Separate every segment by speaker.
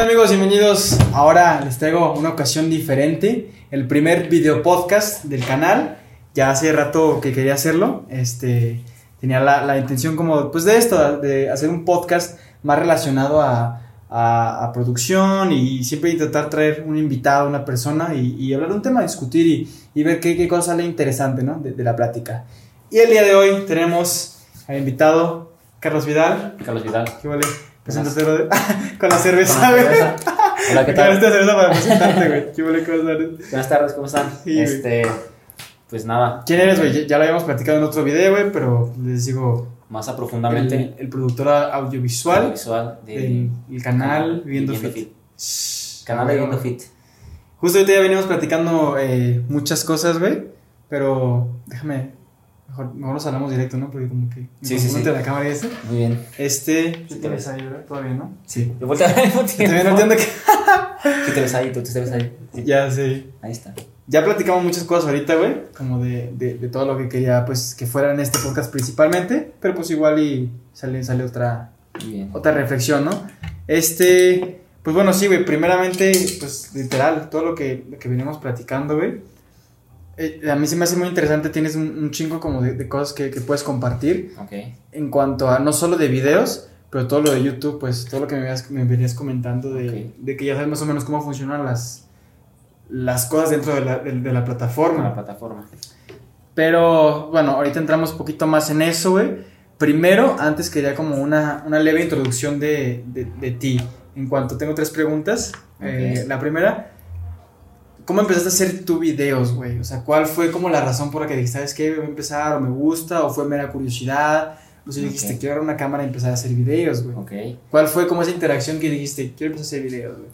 Speaker 1: amigos? Bienvenidos. Ahora les traigo una ocasión diferente. El primer video podcast del canal. Ya hace rato que quería hacerlo. Este, tenía la, la intención como, pues de esto, de hacer un podcast más relacionado a, a- a producción y siempre intentar traer un invitado, una persona y, y hablar de un tema, discutir y, y ver qué, qué cosa sale interesante, ¿no? De, de la plática. Y el día de hoy tenemos al invitado Carlos Vidal.
Speaker 2: Carlos Vidal.
Speaker 1: ¿Qué vale? Preséntate, brother. Con la cerveza,
Speaker 2: Con la
Speaker 1: güey.
Speaker 2: cerveza. Hola,
Speaker 1: Con
Speaker 2: ¿qué tal?
Speaker 1: esta cerveza para presentarte, güey. ¿Qué vale? ¿Qué vale?
Speaker 2: Buenas tardes, ¿cómo están?
Speaker 1: Sí, güey.
Speaker 2: este, pues nada,
Speaker 1: ¿Quién eres, güey? Ya- Ya lo habíamos platicado en otro video, güey, pero les digo,
Speaker 2: Eh, más
Speaker 1: el,
Speaker 2: aprofundamente
Speaker 1: el productor a- audiovisual
Speaker 2: visual de
Speaker 1: del el canal Viviendo
Speaker 2: Viviendo
Speaker 1: Fit. Ah,
Speaker 2: Canal de Viendo Fit.
Speaker 1: Justo ahorita ya venimos platicando eh, muchas cosas, güey, pero déjame, mejor, mejor nos hablamos directo, ¿no? Porque como que...
Speaker 2: Sí, sí, sí.
Speaker 1: ante la cámara y este.
Speaker 2: Muy bien.
Speaker 1: Este...
Speaker 2: Sí,
Speaker 1: ¿Te ves ahí, güey? ¿Todavía no?
Speaker 2: Sí. Yo volteo al mismo
Speaker 1: Te ven
Speaker 2: tiempo.
Speaker 1: entiendo que...
Speaker 2: Tú te ves ahí, tú te ves ahí. Sí.
Speaker 1: Ya, sí.
Speaker 2: Ahí está.
Speaker 1: Ya platicamos muchas cosas ahorita, güey, como de, de, de todo lo que quería, pues, que fuera en este podcast principalmente, pero pues igual y sale, sale otra,
Speaker 2: Muy bien.
Speaker 1: otra reflexión, ¿no? Este, pues bueno, sí, güey, primeramente, pues, literal, todo lo que, lo que venimos platicando, güey, eh, a mí se me hace muy interesante, tienes un, un chingo como de, de cosas que, que puedes compartir
Speaker 2: Ok.
Speaker 1: en cuanto a, no solo de videos, pero todo lo de YouTube, pues, todo lo que me, veas- me venías comentando de,
Speaker 2: Ok.
Speaker 1: de que ya sabes más o menos cómo funcionan las... Las cosas dentro de la, de- de la
Speaker 2: Con
Speaker 1: plataforma.
Speaker 2: la plataforma.
Speaker 1: Pero bueno, ahorita entramos un poquito más en eso, güey. Primero, antes quería como una, una leve introducción de, de- de ti. En cuanto tengo tres preguntas. Eh,
Speaker 2: Ok.
Speaker 1: la primera, ¿cómo empezaste a hacer tus videos, güey? O sea, ¿cuál fue como la razón por la que dijiste, sabes qué, voy a empezar o me gusta o fue mera curiosidad? O si dijiste,
Speaker 2: Ok.
Speaker 1: quiero agarrar una cámara y empezar a hacer videos, güey.
Speaker 2: Ok.
Speaker 1: ¿Cuál fue como esa interacción que dijiste, quiero empezar a hacer videos, güey?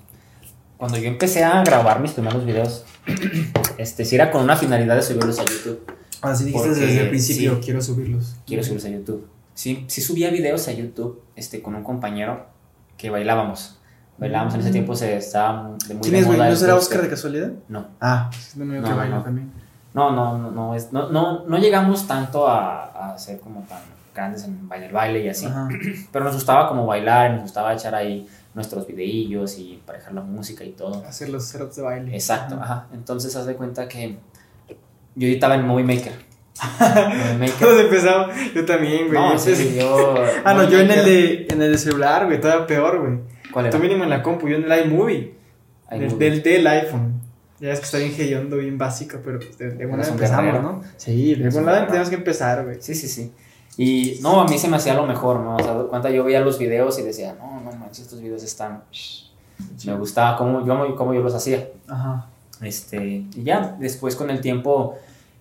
Speaker 2: Cuando yo empecé a grabar mis primeros videos, este, si era con una finalidad de subirlos a YouTube.
Speaker 1: Así dijiste
Speaker 2: Porque
Speaker 1: desde el principio,
Speaker 2: sí.
Speaker 1: quiero subirlos.
Speaker 2: quiero subirse a YouTube. Sí, sí subía videos a YouTube este, con un compañero que bailábamos. Bailábamos en ese tiempo, se estaba de muy
Speaker 1: ¿Quién
Speaker 2: de
Speaker 1: es, güey?
Speaker 2: moda
Speaker 1: Mm. ¿No
Speaker 2: el
Speaker 1: será
Speaker 2: dubstep.
Speaker 1: Oscar de casualidad?
Speaker 2: No,
Speaker 1: Ah, es de medio que
Speaker 2: No,
Speaker 1: baila
Speaker 2: no.
Speaker 1: también.
Speaker 2: no, no, no, no, es, no, no, no llegamos tanto a, a ser como tan grandes en baile, el baile y así.
Speaker 1: Ajá.
Speaker 2: Pero nos gustaba como bailar, nos gustaba echar ahí nuestros videillos y parejar la música y todo.
Speaker 1: Hacer los setups de baile.
Speaker 2: Exacto,
Speaker 1: Ajá.
Speaker 2: ajá. Entonces, haz de cuenta que yo estaba en Movie Maker. Movie Maker.
Speaker 1: Todos empezamos. Yo también, güey.
Speaker 2: No,
Speaker 1: Ese
Speaker 2: sí,
Speaker 1: es-
Speaker 2: yo.
Speaker 1: Ah, no,
Speaker 2: Movie
Speaker 1: yo en el
Speaker 2: Maker-
Speaker 1: de, en el de celular, güey, todavía peor, güey.
Speaker 2: ¿Cuál era?
Speaker 1: Tú mínimo en la compu, yo en el iMovie. Del,
Speaker 2: iMovie.
Speaker 1: del, del iPhone. Ya es que está bien geyondo, bien básico, pero pues, de, de algún
Speaker 2: Eres
Speaker 1: lado
Speaker 2: un
Speaker 1: empezamos,
Speaker 2: guerrero.
Speaker 1: ¿no? Sí, de
Speaker 2: Eres
Speaker 1: algún
Speaker 2: un
Speaker 1: lado
Speaker 2: guerrero.
Speaker 1: tenemos que empezar, güey.
Speaker 2: Sí, sí, sí. Y no, a mí se me hacía lo mejor, ¿no? O sea, cuando yo veía los videos y decía, no, no manches, estos videos están. Me gustaba cómo yo, cómo yo los hacía.
Speaker 1: Ajá.
Speaker 2: Este, y ya, después con el tiempo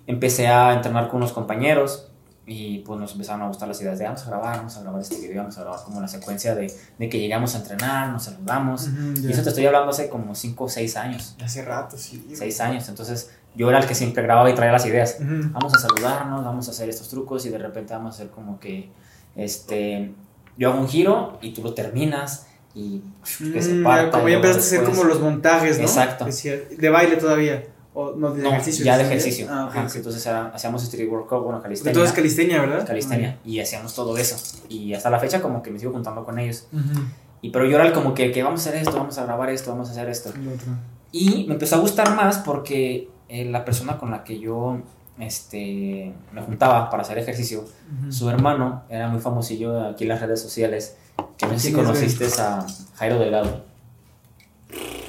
Speaker 2: empecé a entrenar con unos compañeros y pues nos empezaron a gustar las ideas de vamos a grabar, vamos a grabar este video, vamos a grabar como la secuencia de, de que llegamos a entrenar, nos saludamos. Y eso te estoy hablando hace como 5 o 6 años.
Speaker 1: Hace rato, sí. güey.
Speaker 2: 6 años, entonces yo era el que siempre grababa y traía las ideas
Speaker 1: Ujú.
Speaker 2: vamos a saludarnos, vamos a hacer estos trucos y de repente vamos a hacer como que, este, yo hago un giro y tú lo terminas y que se
Speaker 1: Mm,
Speaker 2: parta.
Speaker 1: como
Speaker 2: y
Speaker 1: ya empezaste
Speaker 2: luego
Speaker 1: a hacer
Speaker 2: después-
Speaker 1: como los montajes, ¿no?
Speaker 2: Exacto.
Speaker 1: Decía, de baile todavía. O no, de
Speaker 2: No,
Speaker 1: ejercicio.
Speaker 2: ya de
Speaker 1: ¿sí?
Speaker 2: ejercicio.
Speaker 1: Ah, ok,
Speaker 2: Ajá,
Speaker 1: ok.
Speaker 2: Entonces era- hacíamos street workout, bueno, calistenia.
Speaker 1: Entonces calistenia, ¿verdad?
Speaker 2: calistenia, y hacíamos todo eso. Y hasta la fecha como que me sigo juntando con ellos.
Speaker 1: Ah, Ujú.
Speaker 2: Y pero yo era el como que, que vamos a hacer esto, vamos a grabar esto, vamos a hacer esto.
Speaker 1: El otro.
Speaker 2: Y me empezó a gustar más porque eh, la persona con la que yo este, me juntaba para hacer ejercicio
Speaker 1: Ujú.
Speaker 2: Su hermano era muy famosillo aquí en las redes sociales. Que no sé si
Speaker 1: ¿Quién es,
Speaker 2: conociste a Jairo Delgado.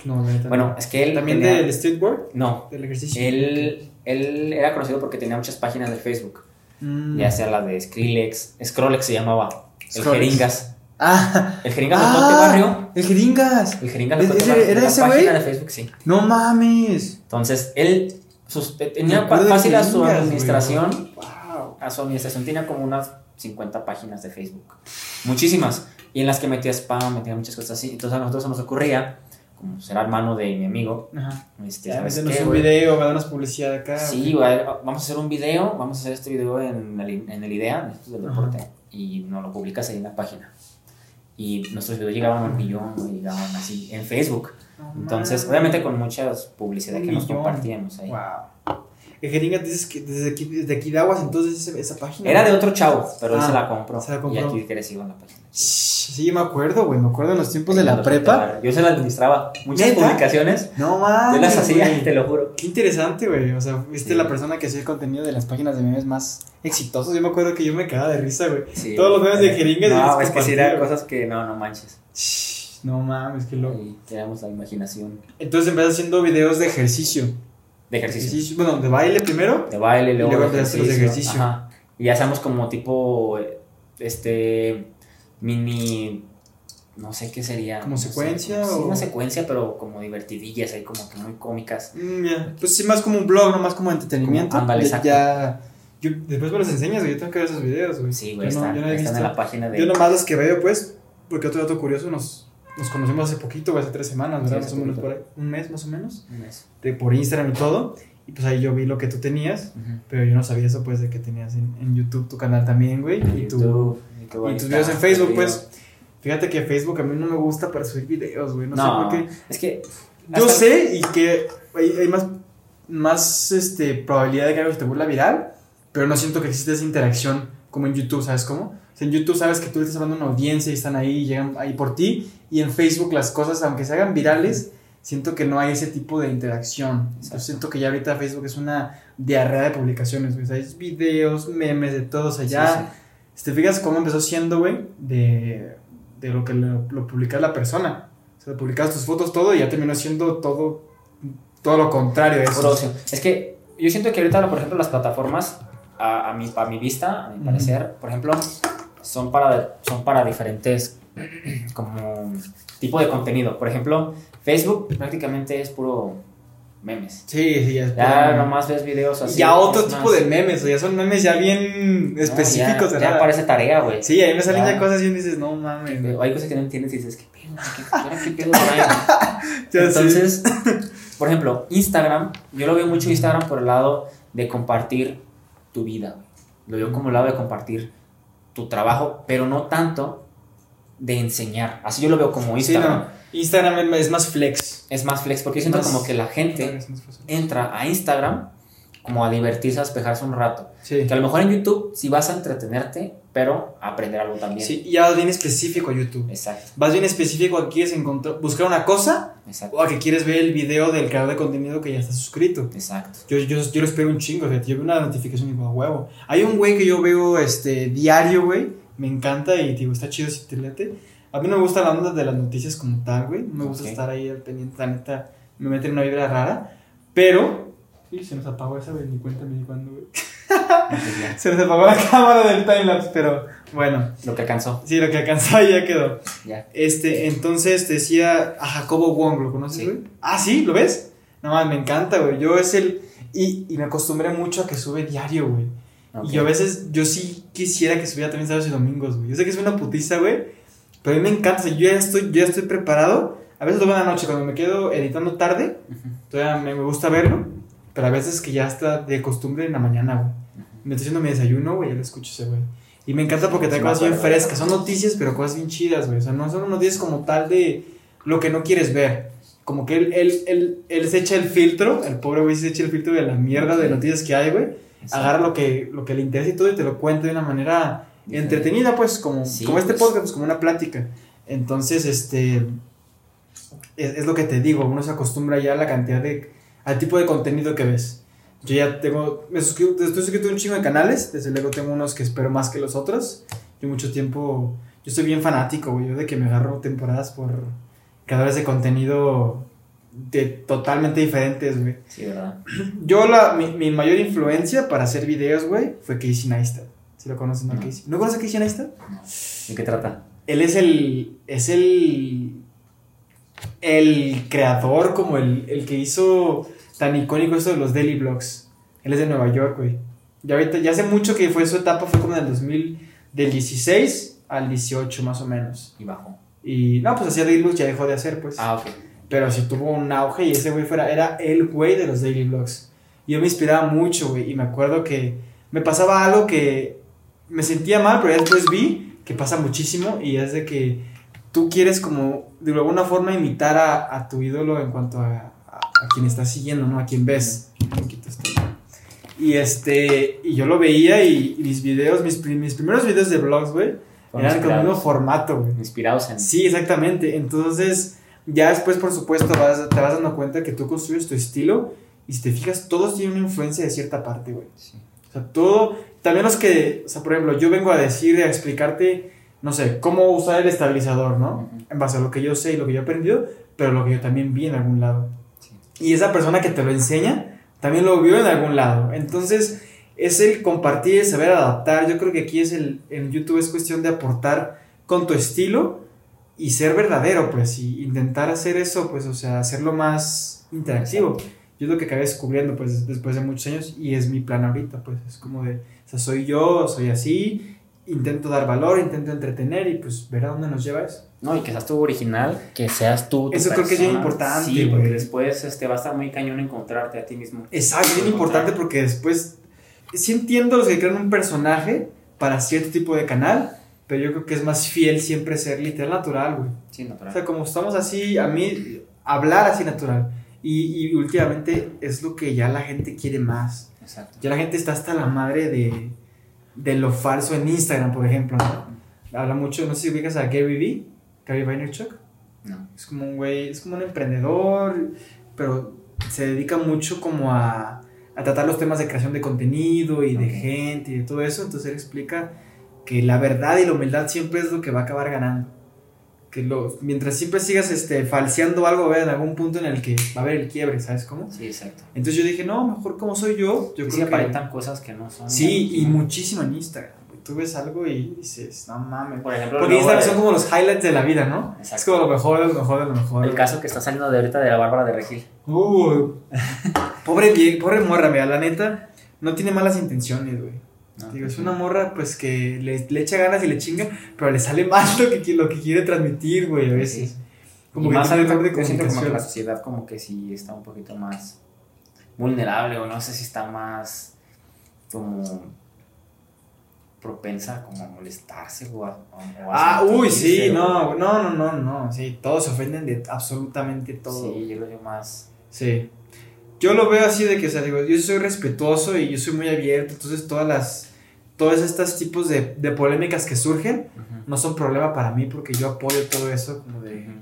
Speaker 1: No, la neta
Speaker 2: Bueno,
Speaker 1: no.
Speaker 2: es que él.
Speaker 1: también
Speaker 2: tenía-
Speaker 1: del streetwork,
Speaker 2: No,
Speaker 1: del ejercicio.
Speaker 2: él, él era conocido porque tenía muchas páginas de Facebook.
Speaker 1: Mm.
Speaker 2: Ya sea la de Skrillex, Scrollex se llamaba. El
Speaker 1: Skrillex.
Speaker 2: Jeringas.
Speaker 1: Ah,
Speaker 2: El Jeringas de Conte Barrio.
Speaker 1: el jeringas.
Speaker 2: El Jeringas de
Speaker 1: ¿Es-
Speaker 2: Conte
Speaker 1: ese-
Speaker 2: Barrio.
Speaker 1: era
Speaker 2: tenía
Speaker 1: ese
Speaker 2: página
Speaker 1: güey?
Speaker 2: de Facebook, sí.
Speaker 1: No mames.
Speaker 2: Entonces, él sus-
Speaker 1: Me
Speaker 2: tenía
Speaker 1: acuerdo
Speaker 2: fácil
Speaker 1: del
Speaker 2: a su
Speaker 1: Jeringas,
Speaker 2: administración.
Speaker 1: Wow.
Speaker 2: a su administración tenía como unas 50 páginas de Facebook. Muchísimas. Y en las que metía spam, metía muchas cosas así. Entonces a nosotros se nos ocurría, como será hermano de mi amigo,
Speaker 1: Ajá.
Speaker 2: este,
Speaker 1: Ya,
Speaker 2: ¿sabes
Speaker 1: métenos
Speaker 2: qué,
Speaker 1: un
Speaker 2: güey?
Speaker 1: video, van a publicidad acá.
Speaker 2: Sí, güey, vamos a hacer un video, vamos a hacer este video en el, en el IDEA, en esto del
Speaker 1: Ajá.
Speaker 2: deporte, y nos lo publicas ahí en la página. Y nuestros videos llegaban a un millón, güey, llegaban así, en Facebook.
Speaker 1: No
Speaker 2: Entonces,
Speaker 1: mames.
Speaker 2: obviamente con muchas publicidad
Speaker 1: Un
Speaker 2: que nos
Speaker 1: millón.
Speaker 2: compartíamos ahí.
Speaker 1: Wow. El jeringa dices que desde aquí, desde aquí de aguas, entonces esa, esa página.
Speaker 2: Era de otro chavo, pero él
Speaker 1: Ah,
Speaker 2: se la compró.
Speaker 1: se la compró.
Speaker 2: Y aquí creció en la página.
Speaker 1: Shh, Sí, me acuerdo, güey. Me acuerdo en los tiempos Pues, de la prepa.
Speaker 2: Yo se la administraba. Muchas
Speaker 1: ¿Neta?
Speaker 2: publicaciones.
Speaker 1: No
Speaker 2: Yo
Speaker 1: mames.
Speaker 2: las hacía,
Speaker 1: güey.
Speaker 2: te lo juro.
Speaker 1: Qué interesante, güey. O sea, viste
Speaker 2: Sí.
Speaker 1: la persona que hacía el contenido de las páginas de memes más exitosos. Yo me acuerdo que yo me cagaba de risa, güey.
Speaker 2: Sí,
Speaker 1: Todos los memes de
Speaker 2: eh,
Speaker 1: jeringas y los
Speaker 2: No, es que sí,
Speaker 1: compartía,
Speaker 2: eran
Speaker 1: güey.
Speaker 2: cosas que no, no manches.
Speaker 1: Shh, No mames, qué loco.
Speaker 2: Y teníamos la imaginación
Speaker 1: Entonces empecé haciendo videos de ejercicio.
Speaker 2: de ejercicio.
Speaker 1: Ejercicio- Bueno, de baile primero.
Speaker 2: De baile, luego,
Speaker 1: luego
Speaker 2: de
Speaker 1: te haces los
Speaker 2: ejercicio.
Speaker 1: de ejercicio.
Speaker 2: Ajá. Y hacemos como tipo, eh, este, mini, no sé qué sería.
Speaker 1: ¿Como
Speaker 2: no sé,
Speaker 1: secuencia
Speaker 2: como- sí,
Speaker 1: o-
Speaker 2: una secuencia, pero como divertidillas, ahí como que muy cómicas.
Speaker 1: Mm, ya. Pues sí, más como un blog, no más como entretenimiento.
Speaker 2: Como- ándale,
Speaker 1: Ya-
Speaker 2: exacto.
Speaker 1: ya. Yo, después me los enseñas, güey. Yo tengo que ver esos videos, güey.
Speaker 2: Sí, güey,
Speaker 1: Yo no-
Speaker 2: están,
Speaker 1: yo no he
Speaker 2: están en
Speaker 1: visto.
Speaker 2: la página de...
Speaker 1: Yo nomás los que veo, pues, porque otro dato curioso, nos, nos conocimos hace poquito, güey, hace tres semanas,
Speaker 2: Sí,
Speaker 1: ¿verdad?
Speaker 2: hace
Speaker 1: más o menos por
Speaker 2: poquito.
Speaker 1: ahí, un mes más o menos,
Speaker 2: Eso.
Speaker 1: de, por Instagram y todo. Y pues ahí yo vi lo que tú tenías,
Speaker 2: Ujú.
Speaker 1: pero yo no sabía eso, pues, de que tenías en, en YouTube tu canal también, güey. Y, tu,
Speaker 2: YouTube, y tu-
Speaker 1: y
Speaker 2: ahí
Speaker 1: tus
Speaker 2: está,
Speaker 1: videos en Facebook,
Speaker 2: tu video.
Speaker 1: pues. Fíjate que Facebook a mí no me gusta para subir videos, güey. No,
Speaker 2: No,
Speaker 1: sé por qué.
Speaker 2: es que...
Speaker 1: Yo
Speaker 2: hasta-
Speaker 1: sé y que hay, hay más, más este, probabilidad de que algo se te vuelva viral, pero no siento que exista esa interacción como en YouTube, ¿sabes cómo? O sea, en YouTube sabes que tú le estás hablando a una audiencia y están ahí, y llegan ahí por ti, y en Facebook las cosas, aunque se hagan virales, siento que no hay ese tipo de interacción. Yo
Speaker 2: Exacto.
Speaker 1: siento que ya ahorita Facebook es una diarrea de publicaciones, güey. O sea, es videos, memes, de todos allá.
Speaker 2: Sí, sí.
Speaker 1: Si te fijas cómo empezó siendo, güey, de, de lo que lo, lo publicaba la persona. O sea, publicabas tus fotos, todo, y ya terminó siendo todo, todo lo contrario a eso.
Speaker 2: Puro ocio. Es que yo siento que ahorita, por ejemplo, las plataformas, a, a mi, a mi vista, a mi
Speaker 1: Ujú.
Speaker 2: parecer, por ejemplo, son para, son para diferentes como tipo de contenido. Por ejemplo, Facebook prácticamente es puro memes.
Speaker 1: Sí, sí, ya es
Speaker 2: Ya
Speaker 1: puro-
Speaker 2: nomás ves videos así.
Speaker 1: Ya otro
Speaker 2: es
Speaker 1: tipo
Speaker 2: más-
Speaker 1: de memes, o ya son memes ya bien
Speaker 2: No,
Speaker 1: específicos,
Speaker 2: ya, ya
Speaker 1: ¿verdad?
Speaker 2: parece tarea, güey.
Speaker 1: Sí, ahí me salen ya
Speaker 2: Ya.
Speaker 1: cosas y uno dices, no mames. güey.
Speaker 2: Hay cosas que no entiendes y dices, ¿qué pedo? ¿Qué, ahora qué pedo Brian?"
Speaker 1: Ya sé.
Speaker 2: Entonces, por ejemplo, Instagram, yo lo veo mucho Instagram por el lado de compartir tu vida. güey. Lo veo como el lado de compartir tu trabajo, pero no tanto de enseñar. Así yo lo veo como
Speaker 1: Sí,
Speaker 2: Instagram.
Speaker 1: no. Instagram es más flex.
Speaker 2: Es más flex, porque yo siento
Speaker 1: Más-
Speaker 2: como que la gente
Speaker 1: Es más fácil.
Speaker 2: entra a Instagram como a divertirse, a despejarse un rato.
Speaker 1: Sí.
Speaker 2: Que a lo mejor en YouTube sí vas a entretenerte, pero a aprender algo también.
Speaker 1: Sí, y ya vas bien específico a YouTube.
Speaker 2: Exacto,
Speaker 1: Vas bien específico a que quieres encontrar, buscar una cosa
Speaker 2: exacto,
Speaker 1: o a que quieres ver el video del creador de contenido que ya está suscrito.
Speaker 2: exacto.
Speaker 1: Yo, yo, yo lo espero un chingo, fíjate, yo veo una notificación y digo, "A huevo. Hay un güey que yo veo este, diario, güey, me encanta y digo, está chido si te late. A mí no me gusta la onda de las noticias como tal, güey, no me gusta
Speaker 2: Ok.
Speaker 1: estar ahí al pendiente, la neta, me mete en una vibra rara, pero... Y se nos apagó esa, güey, ni cuenta me di cuándo, güey.
Speaker 2: Entonces, ya,
Speaker 1: Se nos apagó la cámara del timelapse, pero bueno,
Speaker 2: Lo que alcanzó,
Speaker 1: sí, lo que alcanzaba ya quedó.
Speaker 2: ya.
Speaker 1: Este, entonces te decía a Jacobo Wong, ¿lo conoces,
Speaker 2: Sí.
Speaker 1: güey? Ah, sí, ¿lo ves? No mames, me encanta, güey. Yo es el. Y, y me acostumbré mucho a que sube diario, güey.
Speaker 2: Ok.
Speaker 1: Y yo a veces, yo sí quisiera que subiera también sábados y domingos, güey. Yo sé que es una putiza, güey. Pero a mí me encanta, o sea, yo ya estoy, yo ya estoy preparado. A veces lo veo en la noche, cuando me quedo editando tarde,
Speaker 2: Ujú.
Speaker 1: todavía me, me gusta verlo. Pero a veces que ya está de costumbre en la mañana, güey. Me estoy haciendo mi desayuno, güey, ya lo escucho ese, güey. Y me encanta porque trae
Speaker 2: Sí, me
Speaker 1: cosas bien
Speaker 2: acuerdo.
Speaker 1: frescas. Son noticias, pero cosas bien chidas, güey. O sea, no son noticias como tal de lo que no quieres ver. Como que él, él, él, él se echa el filtro, el pobre güey se echa el filtro de la mierda de noticias que hay, güey.
Speaker 2: Exacto.
Speaker 1: Agarra lo que, lo que le interesa y todo y te lo cuenta de una manera entretenida, pues, como,
Speaker 2: Sí,
Speaker 1: como este
Speaker 2: pues.
Speaker 1: podcast, pues, como una plática. Entonces, este. Es, es lo que te digo, uno se acostumbra ya a la cantidad de. al tipo de contenido que ves. Yo ya tengo. Me suscribo, estoy suscrito a un chingo de canales, desde luego tengo unos que espero más que los otros. Yo mucho tiempo. Yo soy bien fanático, güey, yo de que me agarro temporadas por creadores de contenido de totalmente diferentes, güey.
Speaker 2: Sí, ¿verdad?
Speaker 1: Yo la, mi, mi mayor influencia para hacer videos, güey, fue Casey Neistat. Si lo conocen, ¿no?
Speaker 2: No.
Speaker 1: Casey. ¿No conoces a Casey Neistat?
Speaker 2: ¿De qué trata?
Speaker 1: Él es el. Es el. El creador, como el, el que hizo tan icónico esto de los Daily Vlogs. Él es de Nueva York, güey. Ya ahorita, ya hace mucho que fue su etapa, fue como en el 2000, del 16 al 18 más o menos.
Speaker 2: Y bajó.
Speaker 1: Y no, pues hacía Daily Vlogs, ya dejó de hacer, pues.
Speaker 2: Ah, ok.
Speaker 1: Pero sí tuvo un auge y ese güey fuera, era el güey de los daily vlogs. Yo me inspiraba mucho, güey, y me acuerdo que me pasaba algo que me sentía mal, pero ya después vi que pasa muchísimo y es de que tú quieres como de alguna forma imitar a, a tu ídolo en cuanto a, a- a quien estás siguiendo, ¿no? A quien ves. Un poquito esto. Y este, y yo lo veía y, y mis videos, mis, prim- mis primeros videos de vlogs, güey,
Speaker 2: Fueron
Speaker 1: eran con el mismo
Speaker 2: inspirados,
Speaker 1: formato, güey.
Speaker 2: inspirados en...
Speaker 1: Sí, exactamente. Entonces, ya después, por supuesto, vas, te vas dando cuenta que tú construyes tu estilo y si te fijas, todos tienen una influencia de cierta parte, güey.
Speaker 2: Sí.
Speaker 1: O sea, todo, también los que, o sea, por ejemplo, yo vengo a decir, a explicarte, no sé, cómo usar el estabilizador, ¿no?
Speaker 2: Ujú.
Speaker 1: En base a lo que yo sé y lo que yo he aprendido, pero lo que yo también vi en algún lado.
Speaker 2: Sí.
Speaker 1: Y esa persona que te lo enseña, también lo vio en algún lado. Entonces, es el compartir, el saber adaptar. Yo creo que aquí es el, en YouTube es cuestión de aportar con tu estilo y ser verdadero, pues, y intentar hacer eso, pues, o sea, hacerlo más interactivo. Yo es lo que acabé descubriendo, pues, después de muchos años y es mi plan ahorita, pues, es como de, o sea, soy yo, soy así, intento dar valor, intento entretener y, pues, ver a dónde nos lleva eso.
Speaker 2: No, y que seas tú original, que seas tú. tu
Speaker 1: Eso creo que es bien
Speaker 2: persona.
Speaker 1: importante,
Speaker 2: Sí, porque
Speaker 1: güey.
Speaker 2: después este, va a estar muy cañón encontrarte a ti mismo.
Speaker 1: Exacto, es bien importante porque después sí entiendo los que crean un personaje para cierto tipo de canal, pero yo creo que es más fiel siempre ser literal natural, güey.
Speaker 2: Sí,
Speaker 1: O
Speaker 2: natural.
Speaker 1: sea, como estamos así, a mí hablar así natural. Y, y últimamente es lo que ya la gente quiere más.
Speaker 2: Exacto.
Speaker 1: Ya la gente está hasta la madre de, de lo falso en Instagram, por ejemplo. ¿no? Habla mucho, no sé si ubicas a Gary Vee, Gary Vaynerchuk.
Speaker 2: No.
Speaker 1: Es como un güey, es como un emprendedor, pero se dedica mucho como a, a tratar los temas de creación de contenido y de
Speaker 2: Ok.
Speaker 1: gente y de todo eso. Entonces él explica que la verdad y la humildad siempre es lo que va a acabar ganando. Que lo, mientras siempre sigas este, falseando algo, va a haber algún punto en el que va a haber el quiebre, ¿sabes cómo?
Speaker 2: Sí, exacto.
Speaker 1: Entonces yo dije, no, mejor como soy yo. Yo
Speaker 2: Yo
Speaker 1: creo que-
Speaker 2: aparentan cosas que no son.
Speaker 1: Sí, y muchísimo en Instagram. güey. Tú ves algo y dices, no mames.
Speaker 2: Por ejemplo,
Speaker 1: Porque
Speaker 2: luego
Speaker 1: Instagram
Speaker 2: el-
Speaker 1: son como los highlights de la vida, ¿no? Es
Speaker 2: eh. Exacto.
Speaker 1: como lo mejor, de lo mejor, de lo mejor.
Speaker 2: el caso que está saliendo de ahorita de la Bárbara de Regil.
Speaker 1: Uh, pobre, vie- pobre morra, mira, la neta, no tiene malas intenciones, güey. Digo, es una morra, pues, que le, le echa ganas y le chinga, pero le sale mal lo que, qui- lo que quiere transmitir, güey, a veces.
Speaker 2: Sí.
Speaker 1: Como
Speaker 2: Y
Speaker 1: que
Speaker 2: más
Speaker 1: tiene
Speaker 2: ahorita,
Speaker 1: error de
Speaker 2: yo siento como que la
Speaker 1: comunicación.
Speaker 2: sociedad como que sí está un poquito más vulnerable o no sé si está más como propensa como a molestarse o a... o a
Speaker 1: Ah, uy,
Speaker 2: sentirse,
Speaker 1: sí,
Speaker 2: o-
Speaker 1: no, no, no, no, no, sí, todos se ofenden de absolutamente todo.
Speaker 2: Sí, yo lo veo más...
Speaker 1: Sí. Yo lo veo así de que, o sea, digo, yo soy respetuoso y yo soy muy abierto, entonces todas las, todos estos tipos de, de polémicas que surgen
Speaker 2: Ujú.
Speaker 1: no son problema para mí porque yo apoyo todo eso como de...
Speaker 2: Ujú.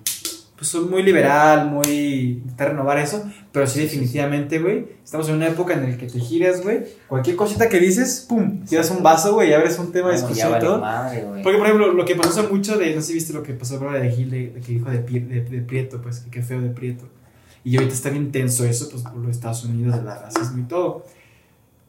Speaker 1: pues soy muy liberal, muy intentar renovar eso, pero sí definitivamente, güey, estamos en una época en la que te giras, güey, cualquier cosita que dices, pum, tiras un vaso, güey, y abres un tema de
Speaker 2: No, ya
Speaker 1: discusión y
Speaker 2: vale
Speaker 1: todo.
Speaker 2: madre, güey.
Speaker 1: Porque, por ejemplo, lo que pasó hace mucho de, no sé si viste lo que pasó Bárbara de Gil, de, de que dijo de, Pri- de- de Prieto, pues, que qué feo de Prieto. Y ahorita está bien tenso eso, pues, por los Estados Unidos, el racismo y todo.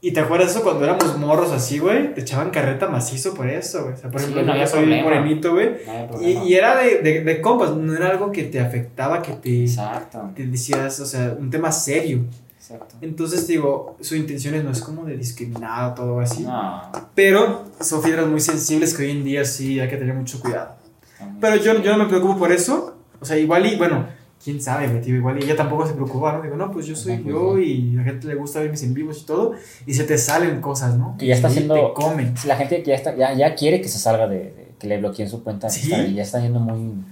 Speaker 1: Y te acuerdas eso cuando éramos morros así, güey, te echaban carreta macizo por eso, güey. O sea, por
Speaker 2: Sí,
Speaker 1: ejemplo,
Speaker 2: no
Speaker 1: yo
Speaker 2: había
Speaker 1: que soy
Speaker 2: problema.
Speaker 1: morenito, güey,
Speaker 2: No hay
Speaker 1: y,
Speaker 2: problema.
Speaker 1: y era de, de, de compas, no era algo que te afectaba, que te,
Speaker 2: Exacto,
Speaker 1: te decías, o sea, un tema serio.
Speaker 2: exacto.
Speaker 1: Entonces, digo, su intención es- no es como de discriminar o todo así.
Speaker 2: No,
Speaker 1: Pero son fibras muy sensibles que hoy en día sí hay que tener mucho cuidado.
Speaker 2: está muy-
Speaker 1: Pero yo, yo no me preocupo por eso. O sea, igual y, bueno, quién sabe, güey, tío, igual y ella tampoco se preocupa, ¿no? Digo, no, pues yo soy
Speaker 2: Ajá, pues,
Speaker 1: yo y la gente le gusta ver mis en vivos y todo. Y se te salen cosas, ¿no?
Speaker 3: Que ya está
Speaker 1: Y
Speaker 3: siendo-
Speaker 1: Te comen.
Speaker 3: Si la gente que ya, está, ya, ya quiere que se salga de, de- que le bloqueen su cuenta, de
Speaker 1: Sí.
Speaker 3: Instagram, ya está yendo muy...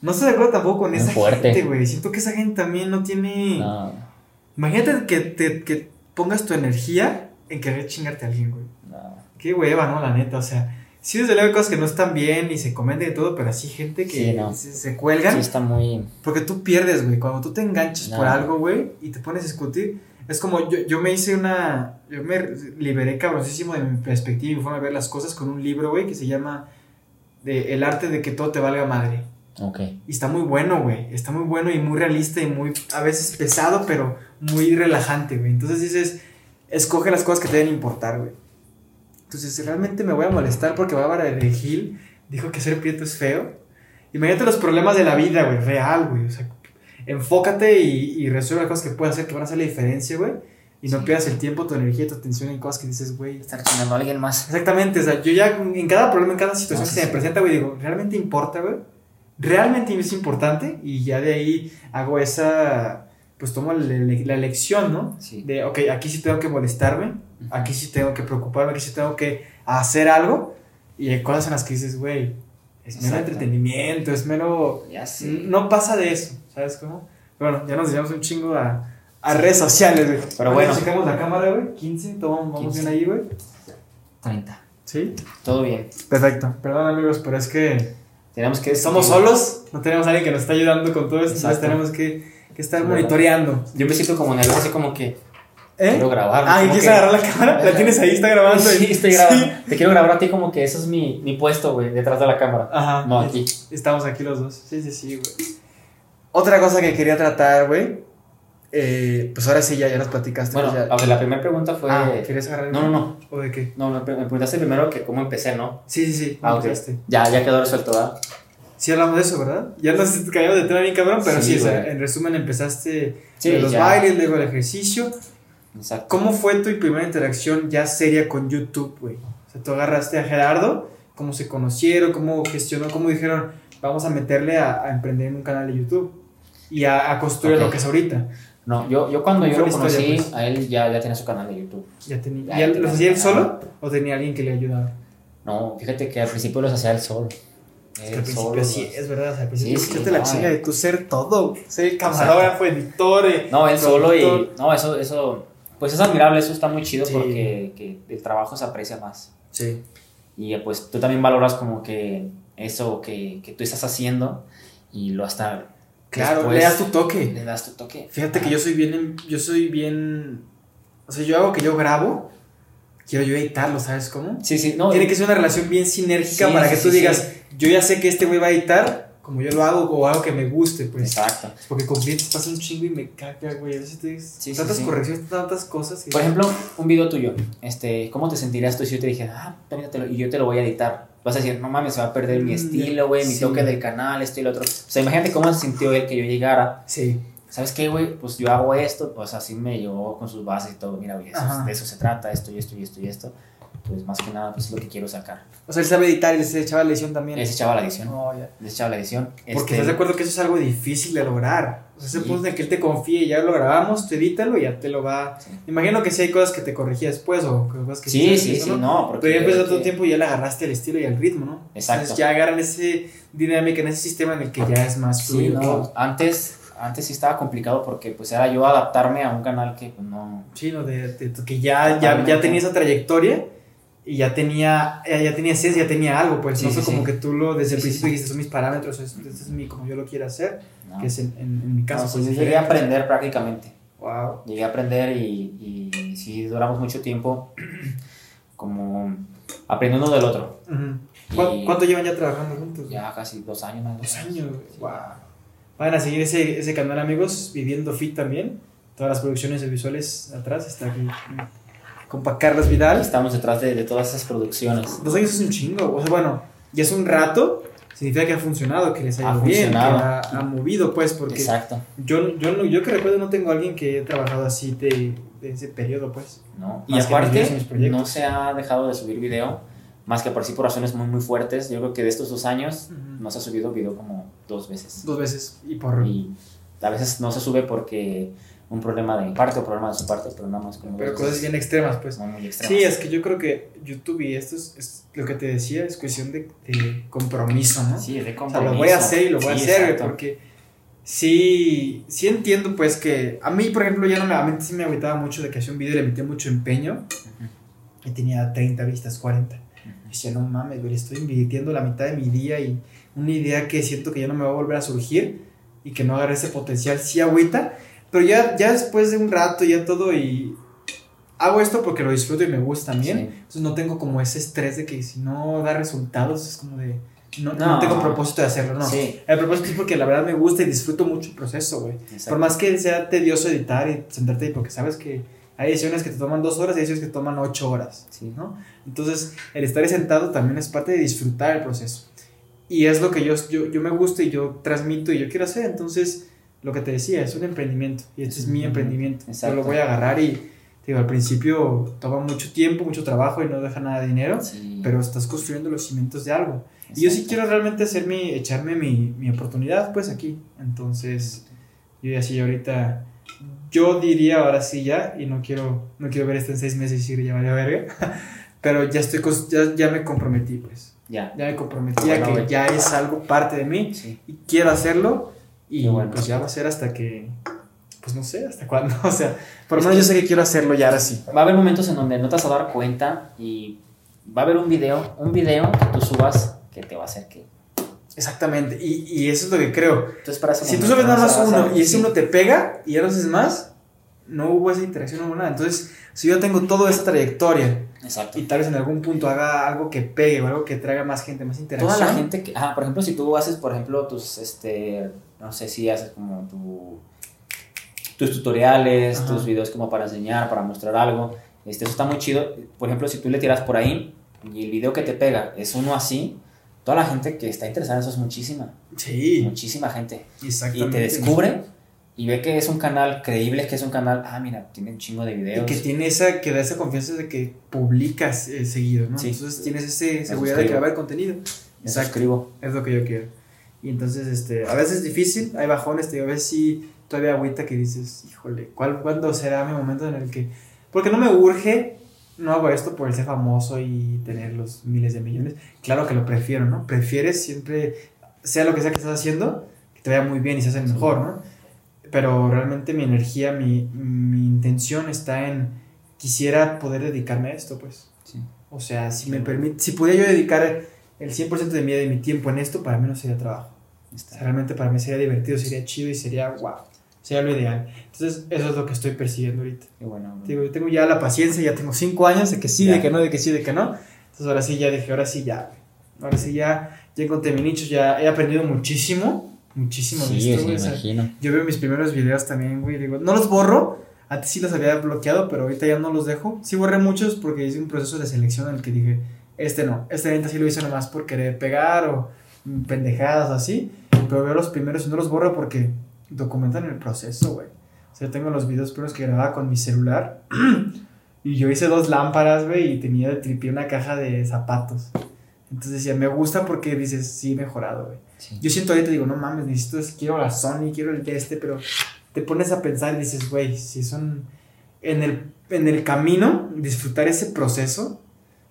Speaker 1: No estoy de acuerdo tampoco con
Speaker 3: Muy
Speaker 1: esa
Speaker 3: fuerte.
Speaker 1: gente, güey. Siento que esa gente también no tiene...
Speaker 3: No,
Speaker 1: Imagínate que, te, que pongas tu energía en querer chingarte a alguien, güey.
Speaker 3: no.
Speaker 1: Qué hueva, ¿no? La neta, o sea, sí desde luego hay cosas que no están bien y se comenta y todo, pero así gente
Speaker 3: Sí,
Speaker 1: que
Speaker 3: no.
Speaker 1: se, se
Speaker 3: Sí,
Speaker 1: cuelgan.
Speaker 3: está muy...
Speaker 1: Porque tú pierdes, güey. Cuando tú te enganchas por
Speaker 3: No.
Speaker 1: algo, güey, y te pones a discutir, es como yo, yo me hice una... Yo me liberé cabroncísimo de mi perspectiva y mi forma de ver las cosas con un libro, güey, que se llama de El arte de que todo te valga madre.
Speaker 3: Ok.
Speaker 1: Y está muy bueno, güey. Está muy bueno y muy realista y muy, a veces pesado, pero muy relajante, güey. Entonces dices, escoge las cosas que te deben importar, güey. Entonces, si realmente me voy a molestar porque Bárbara de Gil dijo que ser prieto es feo. Imagínate los problemas de la vida, güey, real, güey. O sea, enfócate y, y resuelve las cosas que puedes hacer que van a hacer la diferencia, güey. Y no
Speaker 2: Sí.
Speaker 1: pierdas el tiempo, tu energía, tu atención en cosas que dices, güey.
Speaker 2: Estar chingando a alguien más.
Speaker 1: Exactamente, o sea, yo ya en cada problema, en cada situación
Speaker 3: No,
Speaker 2: Ah,
Speaker 1: que
Speaker 3: sí,
Speaker 1: se me
Speaker 3: sí.
Speaker 1: presenta, güey, digo, ¿realmente importa, güey? ¿Realmente es importante? Y ya de ahí hago esa, pues tomo la, ele- la elección, ¿no?
Speaker 2: Sí.
Speaker 1: De, ok, aquí sí tengo que molestarme, aquí sí tengo que preocuparme, aquí sí tengo que hacer algo. Y hay cosas en las que dices, güey, es mero
Speaker 2: Exacto.
Speaker 1: entretenimiento, es mero...
Speaker 2: Ya sé.
Speaker 1: No pasa de eso, ¿sabes cómo? Pero bueno, ya nos llevamos un chingo a, a redes sociales, güey.
Speaker 2: Pero bueno.
Speaker 1: Sacamos la cámara, güey. 15, tomamos, vamos
Speaker 2: 15.
Speaker 1: bien ahí, güey.
Speaker 2: 30.
Speaker 1: Sí.
Speaker 2: Todo bien.
Speaker 1: Perfecto. Perdón, amigos, pero es que
Speaker 2: Tenemos que...
Speaker 1: estamos solos. No tenemos a alguien que nos está ayudando con todo esto. Entonces
Speaker 2: Exacto.
Speaker 1: tenemos que, que estar
Speaker 2: Sí, ¿verdad?
Speaker 1: monitoreando.
Speaker 2: Yo me siento como nervioso, así como que...
Speaker 1: ¿Eh?
Speaker 2: Quiero grabar.
Speaker 1: Ah, ¿y
Speaker 2: como
Speaker 1: quieres
Speaker 2: que-
Speaker 1: agarrar la cámara? La tienes ahí, está grabando.
Speaker 2: Sí,
Speaker 1: y-
Speaker 2: estoy grabando. Te quiero grabar a ti como que eso es mi, mi puesto, güey, detrás de la cámara.
Speaker 1: Ajá.
Speaker 2: No, aquí.
Speaker 1: Estamos aquí los dos. Sí, sí, sí, güey. Otra cosa que quería tratar, güey. eh, pues ahora sí, ya, ya nos platicaste.
Speaker 2: Bueno,
Speaker 1: pues ya-
Speaker 2: a ver, la primera pregunta fue...
Speaker 1: ah, ¿querías agarrar?
Speaker 2: no, no, no.
Speaker 1: ¿O de qué?
Speaker 2: No, me pre- me preguntaste primero que cómo empecé, ¿no?
Speaker 1: Sí, sí, sí.
Speaker 2: Ah, ok.
Speaker 1: empezaste.
Speaker 2: Ya, ya quedó resuelto, ¿verdad?
Speaker 1: Sí hablamos de eso, ¿verdad? Ya nos caímos de tema bien cabrón, pero sí,
Speaker 2: Sí,
Speaker 1: o sea,
Speaker 2: güey.
Speaker 1: en resumen empezaste
Speaker 2: Sí,
Speaker 1: de los
Speaker 2: ya.
Speaker 1: bailes, luego el ejercicio.
Speaker 2: Exacto.
Speaker 1: ¿Cómo fue tu primera interacción ya seria con YouTube, güey? O sea, tú agarraste a Gerardo, cómo se conocieron, cómo gestionó, cómo dijeron, vamos a meterle a, a emprender en un canal de YouTube y a, a construir
Speaker 2: Ok.
Speaker 1: lo que es ahorita.
Speaker 2: No, yo, yo cuando yo
Speaker 1: Fue
Speaker 2: lo
Speaker 1: una historia,
Speaker 2: conocí,
Speaker 1: pues.
Speaker 2: a él ya, ya tenía su canal de YouTube.
Speaker 1: Ya tenía, ¿ya
Speaker 2: Ya, ya
Speaker 1: ¿Los
Speaker 2: tenía
Speaker 1: hacía él
Speaker 2: su canal.
Speaker 1: solo o tenía alguien que le ayudaba?
Speaker 2: No, fíjate que al principio los hacía él solo.
Speaker 1: Es que
Speaker 2: Él
Speaker 1: al principio
Speaker 2: solo
Speaker 1: sí,
Speaker 2: los-
Speaker 1: es verdad, o sea, al
Speaker 2: Sí,
Speaker 1: principio
Speaker 2: sí,
Speaker 1: échate la
Speaker 2: no,
Speaker 1: chinga
Speaker 2: eh.
Speaker 1: de tu ser todo, ser camarógrafo, editor, eh,
Speaker 2: No, él solo y...
Speaker 1: productor.
Speaker 2: No, eso, eso... Pues es admirable, eso está muy chido
Speaker 1: Sí.
Speaker 2: porque que el trabajo se aprecia más.
Speaker 1: Sí,
Speaker 2: Y eh, pues tú también valoras como que eso que, que tú estás haciendo y lo hasta...
Speaker 1: claro,
Speaker 2: después
Speaker 1: le das tu toque.
Speaker 2: le das tu toque.
Speaker 1: Fíjate que yo soy bien, en- yo soy bien, o sea, yo hago que yo grabo, quiero yo editarlo, ¿sabes cómo?
Speaker 2: Sí, sí, no.
Speaker 1: Tiene que ser una relación bien sinérgica
Speaker 2: Sí,
Speaker 1: para
Speaker 2: sí,
Speaker 1: que
Speaker 2: sí,
Speaker 1: tú
Speaker 2: sí.
Speaker 1: digas, yo ya sé que este güey va a editar como yo lo hago o algo que me guste, pues.
Speaker 2: Exacto.
Speaker 1: Porque con clientes pasa un chingo y me caga, güey. A veces te
Speaker 2: sí,
Speaker 1: tantas
Speaker 2: sí.
Speaker 1: correcciones, tantas cosas. y-
Speaker 2: Por ejemplo, un video tuyo, este, ¿cómo te sentirías tú si yo te dijera, ah, pégatelo, y yo te lo voy a editar? Vas a decir, no mames, se va a perder mi
Speaker 1: Mm,
Speaker 2: estilo, güey, mi
Speaker 1: sí.
Speaker 2: toque del canal, esto y lo otro. O sea, imagínate cómo se sintió él que yo llegara.
Speaker 1: Sí,
Speaker 2: ¿Sabes qué, güey? Pues yo hago esto, pues así me llevó con sus bases y todo. Mira, güey, eso-
Speaker 1: Ajá.
Speaker 2: de eso se trata, esto y esto y esto y esto. Pues más que nada, pues es lo que quiero sacar.
Speaker 1: o sea, él sabe editar y ese chaval edición también.
Speaker 2: Les echaba la edición,
Speaker 1: No, ya.
Speaker 2: les echaba la edición.
Speaker 1: Porque
Speaker 2: Este,
Speaker 1: estás de acuerdo que eso es algo difícil de lograr. O sea, ese
Speaker 2: Sí.
Speaker 1: punto en el que él te confíe, ya lo grabamos, tú edítalo y ya te lo va.
Speaker 2: Sí.
Speaker 1: Me Imagino que sí hay cosas que te corregía después o cosas que
Speaker 2: Sí,
Speaker 1: sabes
Speaker 2: sí,
Speaker 1: que
Speaker 2: sí,
Speaker 1: eso, ¿no?
Speaker 2: no, porque...
Speaker 1: Pero ya empezó todo
Speaker 2: que-
Speaker 1: tiempo y ya le agarraste el estilo y el ritmo, ¿no?
Speaker 2: Exacto.
Speaker 1: Entonces ya agarran ese dinámica en ese sistema en el que ya es más
Speaker 2: Sí,
Speaker 1: fluido.
Speaker 2: no, antes, antes sí estaba complicado porque pues era yo adaptarme a un canal que pues no...
Speaker 1: Sí, no, de, de- de que ya, ya, ya
Speaker 2: Totalmente.
Speaker 1: tenía esa trayectoria y ya tenía, eh, ya, ya tenía esencia, ya tenía algo, pues
Speaker 2: Sí,
Speaker 1: no fue
Speaker 2: sí,
Speaker 1: como
Speaker 2: sí.
Speaker 1: que tú lo desde el
Speaker 2: Sí,
Speaker 1: principio
Speaker 2: sí, sí.
Speaker 1: dijiste, son mis parámetros, es- este es mi, como yo lo quiero hacer,
Speaker 2: no.
Speaker 1: que es en, en- en mi caso.
Speaker 2: No, sí,
Speaker 1: pues,
Speaker 2: yo llegué a aprender prácticamente.
Speaker 1: Wow.
Speaker 2: Llegué a aprender y, y sí duramos mucho tiempo como aprendiendo uno del otro.
Speaker 1: Ujú. ¿Cuán-
Speaker 2: Y-
Speaker 1: ¿Cuánto llevan ya trabajando juntos?
Speaker 2: Ya casi dos años más. o
Speaker 1: Dos
Speaker 2: menos.
Speaker 1: años, güey.
Speaker 2: Sí.
Speaker 1: Wow. Vayan a seguir ese, ese canal, amigos. Viviendo Fit también. Todas las producciones visuales atrás. Está aquí con Pa' Carlos
Speaker 2: Ahí
Speaker 1: Vidal.
Speaker 2: Estamos detrás de, de todas esas producciones.
Speaker 1: Dos años es un chingo. O sea, bueno, ya es un rato. Significa que ha funcionado, que les ha
Speaker 2: Ha
Speaker 1: ido bien, que
Speaker 2: funcionado.
Speaker 1: ha, ha movido, pues, porque
Speaker 2: Exacto.
Speaker 1: yo, yo, no- yo que recuerdo no tengo a alguien que haya trabajado así de, de ese periodo, pues.
Speaker 2: ¿no? Y
Speaker 1: Más que mis videos y
Speaker 2: aparte,
Speaker 1: mis proyectos.
Speaker 2: no se ha dejado de subir video, más que por sí por razones muy muy fuertes. Yo creo que de estos dos años no se ha subido video como dos veces.
Speaker 1: Dos veces. Y por.
Speaker 2: y a veces no se sube porque un problema de mi parte o problema de su parte, pero nada más como
Speaker 1: pero
Speaker 2: dos
Speaker 1: cosas bien extremas, pues.
Speaker 2: son muy extremas.
Speaker 1: Sí, es que yo creo que YouTube y esto es, es lo que te decía, es cuestión de, de compromiso, ¿no?
Speaker 2: Sí, es de
Speaker 1: o sea,
Speaker 2: compromiso.
Speaker 1: lo voy a hacer y lo voy a
Speaker 2: Sí,
Speaker 1: hacer, güey,
Speaker 2: exacto.
Speaker 1: porque sí, sí entiendo pues que a mí, por ejemplo, ya no me, a mí sí me agüitaba mucho de que hacía un video y le metía mucho empeño y tenía 30 vistas, 40. Y
Speaker 2: Ujú.
Speaker 1: decía, no mames, güey, le estoy invirtiendo la mitad de mi día y una idea que siento que ya no me va a volver a surgir y que no agarré ese potencial, sí agüita, pero ya, ya después de un rato ya todo y hago esto porque lo disfruto y me gusta también.
Speaker 2: Sí.
Speaker 1: Entonces no tengo como ese estrés de que si no da resultados es como de... No, no
Speaker 2: No.
Speaker 1: tengo propósito de hacerlo, no.
Speaker 2: Sí,
Speaker 1: El propósito es porque la verdad me gusta y disfruto mucho el proceso, güey.
Speaker 2: exacto.
Speaker 1: Por más que sea tedioso editar y sentarte ahí, porque sabes que hay ediciones que te toman dos horas y hay ediciones que te toman ocho horas.
Speaker 2: Sí.
Speaker 1: ¿no? Entonces, el estar ahí sentado también es parte de disfrutar el proceso. Y es lo que yo, yo, yo me gusta y yo transmito y yo quiero hacer. Entonces, lo que te decía, es un emprendimiento. Y este es mi
Speaker 2: Ujú.
Speaker 1: emprendimiento.
Speaker 2: Exacto.
Speaker 1: Yo lo voy a agarrar y, digo, al principio toma mucho tiempo, mucho trabajo y no deja nada de dinero.
Speaker 2: Sí,
Speaker 1: Pero estás construyendo los cimientos de algo. Y yo sí
Speaker 2: exacto.
Speaker 1: quiero realmente hacer mi, echarme mi, mi oportunidad, pues aquí. Entonces, yo ya sí, ahorita, yo diría ahora sí ya, y no quiero, no quiero ver esto en seis meses y decir, ya valió verga, pero ya estoy, cons- ya, ya me comprometí, pues.
Speaker 2: Ya.
Speaker 1: Ya me comprometí
Speaker 2: Bueno,
Speaker 1: a que
Speaker 2: güey.
Speaker 1: ya es algo parte de mí
Speaker 2: Sí.
Speaker 1: y quiero hacerlo, y
Speaker 2: Qué bueno.
Speaker 1: pues ya va a ser hasta que, pues pues no sé hasta cuándo. O sea, por lo menos yo sé que quiero hacerlo ya ahora sí.
Speaker 2: Va a haber momentos en donde no te vas a dar cuenta y va a haber un video, un video que tú subas que te va a hacer que...
Speaker 1: Exactamente. Y, y eso es lo que creo.
Speaker 2: Tú esperas un
Speaker 1: Si tú
Speaker 2: momento,
Speaker 1: subes nada
Speaker 2: no
Speaker 1: más
Speaker 2: vas a-
Speaker 1: uno y ese
Speaker 2: sí.
Speaker 1: uno te pega y ya lo haces más, no hubo esa interacción, no hubo nada. Entonces, si yo tengo toda esa trayectoria
Speaker 2: Exacto.
Speaker 1: y tal vez en algún punto haga algo que pegue o algo que traiga más gente, más interacción.
Speaker 2: Toda la gente que... Ah, por ejemplo, si tú haces, por ejemplo, tus, este, no sé si haces como tu, tus tutoriales,
Speaker 1: Ajá.
Speaker 2: tus videos como para enseñar, para mostrar algo, este, eso está muy chido. Por ejemplo, si tú le tiras por ahí y el video que te pega es uno así, toda la gente que está interesada en eso es muchísima,
Speaker 1: Sí,
Speaker 2: muchísima gente. Y
Speaker 1: exactamente.
Speaker 2: te descubre y ve que es un canal creíble, que es un canal, ah, mira, tiene un chingo de
Speaker 1: Y
Speaker 2: videos.
Speaker 1: que tiene esa, que da esa confianza de que publicas eh, seguido, ¿no?
Speaker 2: Sí.
Speaker 1: Entonces tienes esa seguridad de que va a
Speaker 2: suscribo.
Speaker 1: haber contenido.
Speaker 2: Me
Speaker 1: Exacto.
Speaker 2: suscribo.
Speaker 1: Es lo que yo quiero. Y entonces, este, a veces es difícil, hay bajones, te digo, a veces sí, todavía agüita que dices, híjole, ¿cuál, ¿cuándo será mi momento en el que...? Porque no me urge, no hago esto por el ser famoso y tener los miles de millones. Claro que lo prefiero, ¿no? Prefieres siempre, sea lo que sea que estás haciendo, que te vaya muy bien y seas el
Speaker 2: Sí.
Speaker 1: mejor, ¿no? Pero realmente mi energía, mi, mi intención está en, quisiera poder dedicarme a esto, pues.
Speaker 2: Sí.
Speaker 1: O sea, si me permite, si pudiera yo dedicar el 100% de mi, de mi tiempo en esto, para mí no sería trabajo. O
Speaker 2: Está.
Speaker 1: sea, realmente para mí sería divertido, sería chido y sería wow. Sería lo ideal. Entonces, eso es lo que estoy persiguiendo ahorita.
Speaker 2: Qué bueno. bro.
Speaker 1: Te Digo, yo tengo ya la paciencia, ya tengo 5 años de que sí, de
Speaker 2: Ya.
Speaker 1: que no, de que sí, de que no. Entonces, ahora sí ya dije, ahora sí ya. güey. Ahora sí ya, ya encontré mi nicho, ya he aprendido muchísimo. Muchísimo de
Speaker 3: Sí,
Speaker 1: esto,
Speaker 3: sí, me
Speaker 1: güey. O sea,
Speaker 3: imagino.
Speaker 1: yo veo mis primeros videos también, güey. Digo, no los borro. Antes sí los había bloqueado, pero ahorita ya no los dejo. Sí borré muchos porque hice un proceso de selección en el que dije, este no, este neta sí lo hice nomás por querer pegar o mm, pendejadas o así. Pero veo los primeros y no los borro porque documentan el proceso, güey. O sea, yo tengo los videos primeros que grababa con mi celular. y yo hice dos lámparas, güey, y tenía de tripié una caja de zapatos. Entonces decía, me gusta porque dices, sí, he mejorado, güey.
Speaker 3: Sí.
Speaker 1: Yo siento ahorita, digo, no mames, necesito, es- quiero la Sony, quiero el de este, pero te pones a pensar y dices, güey, si son en el, en el camino, disfrutar ese proceso,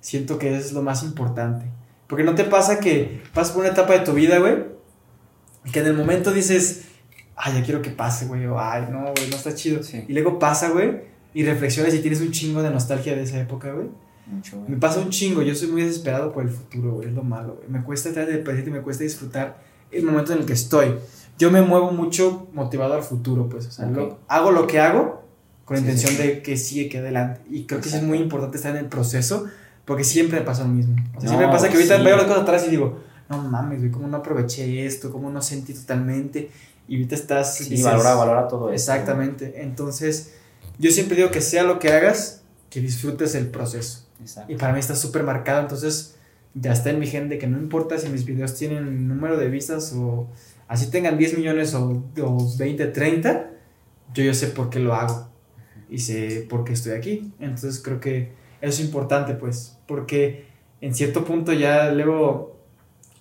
Speaker 1: siento que es lo más importante. Porque no te pasa que pasas por una etapa de tu vida, güey, y que en el momento dices, ay, ya quiero que pase, güey, o ay, no, güey, no está chido.
Speaker 2: Sí.
Speaker 1: Y luego pasa, güey, y reflexionas y tienes un chingo de nostalgia de esa época, güey.
Speaker 2: Mucho, güey.
Speaker 1: Me pasa un chingo, yo soy muy desesperado por el futuro, güey, es lo malo, güey. Me cuesta estar del presente, me cuesta disfrutar el momento en el que estoy. Yo me muevo mucho motivado al futuro, pues, o sea, lo-
Speaker 2: Ok.
Speaker 1: hago lo que hago con la
Speaker 2: Sí,
Speaker 1: intención
Speaker 2: sí, sí.
Speaker 1: de que sigue, que adelante. Y creo que sí es
Speaker 2: Exacto.
Speaker 1: muy importante estar en el proceso porque siempre me pasa lo mismo. O sea,
Speaker 2: No,
Speaker 1: siempre me pasa que ahorita
Speaker 2: sí.
Speaker 1: veo las cosas atrás y digo, no mames, güey, cómo no aproveché esto, cómo no sentí totalmente. Y ahorita estás...
Speaker 2: Sí,
Speaker 1: dices,
Speaker 2: valora, valora todo eso.
Speaker 1: Exactamente. Entonces, yo siempre digo que sea lo que hagas, que disfrutes el proceso.
Speaker 2: Exacto.
Speaker 1: Y para mí está súper marcado, entonces ya está en mi gente que no importa si mis videos tienen número de vistas o así tengan 10 millones o, o 20, 30, yo yo sé por qué lo hago y sé por qué estoy aquí. Entonces creo que eso es importante, pues, porque en cierto punto ya luego,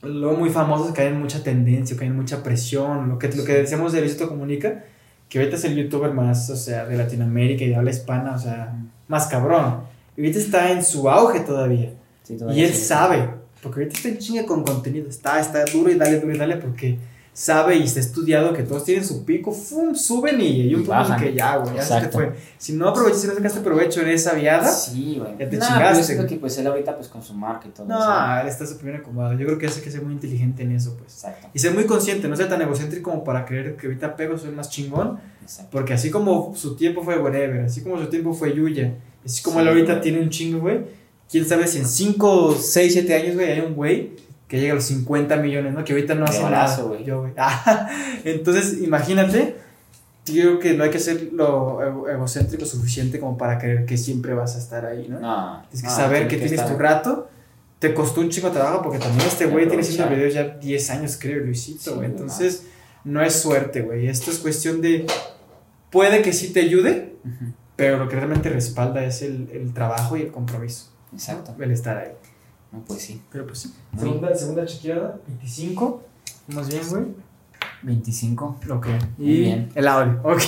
Speaker 1: luego muy famosos caen en mucha tendencia, caen en mucha presión, lo que, lo que decíamos de Luisito Comunica, que ahorita es el youtuber más, o sea, de Latinoamérica y de habla hispana, o sea, más cabrón. Y ahorita está en su auge todavía.
Speaker 2: Sí,
Speaker 1: y
Speaker 2: todavía
Speaker 1: él
Speaker 2: sí.
Speaker 1: sabe. Porque ahorita está en chinga con contenido. Está, está duro y dale, duro y dale. Porque sabe y está estudiado que todos tienen su pico. ¡Fum! Suben y hay un
Speaker 3: Y
Speaker 1: punto en
Speaker 3: bajan.
Speaker 1: que ya, güey. Ya se te
Speaker 3: Exacto.
Speaker 1: fue. Si no aprovechaste, si no sacaste provecho en esa viada.
Speaker 2: Sí, güey.
Speaker 1: Ya te
Speaker 2: Nah,
Speaker 1: chingaste,
Speaker 2: pero yo creo
Speaker 1: güey.
Speaker 2: que pues él ahorita pues con su marca y todo
Speaker 1: No,
Speaker 2: eso.
Speaker 1: él está súper bien acomodado. Yo creo que hace que sea muy inteligente en eso, pues.
Speaker 2: Exacto,
Speaker 1: Y ser muy consciente, no ser tan egocéntrico como para creer que ahorita pego soy el más chingón.
Speaker 2: exacto.
Speaker 1: Porque así como su tiempo fue Whatever, así como su tiempo fue Yuya, así como
Speaker 2: Sí,
Speaker 1: él ahorita
Speaker 2: güey.
Speaker 1: tiene un chingo, güey. Quién sabe si en 5, 6, 7 años, güey, hay un güey que llega a los 50 millones, ¿no? Que ahorita no
Speaker 2: De
Speaker 1: hace
Speaker 2: balazo,
Speaker 1: nada.
Speaker 2: güey.
Speaker 1: Yo, güey. Ah, entonces, imagínate, yo creo que no hay que ser lo ego- egocéntrico suficiente como para creer que siempre vas a estar ahí, ¿no?
Speaker 2: No,
Speaker 1: Tienes que
Speaker 2: no,
Speaker 1: saber
Speaker 2: tiene
Speaker 1: que tienes
Speaker 2: estar-
Speaker 1: tu rato. Te costó un chingo de trabajo porque también este
Speaker 2: Y
Speaker 1: güey tiene haciendo
Speaker 2: aprovechar.
Speaker 1: videos ya 10 años, creo, Luisito,
Speaker 2: Sí,
Speaker 1: güey.
Speaker 2: no
Speaker 1: Entonces, no es suerte, güey. Esto es cuestión de. Puede que sí te ayude,
Speaker 2: Ujú,
Speaker 1: pero lo que realmente respalda es el, el trabajo y el compromiso.
Speaker 2: Exacto.
Speaker 1: El estar ahí.
Speaker 2: No, pues sí.
Speaker 1: Pero pues sí.
Speaker 2: Muy
Speaker 1: Segunda, segunda chequeada, 25. Vamos bien, güey.
Speaker 3: 25.
Speaker 1: Ok.
Speaker 2: Muy
Speaker 1: Y
Speaker 2: bien.
Speaker 1: el audio. Ok.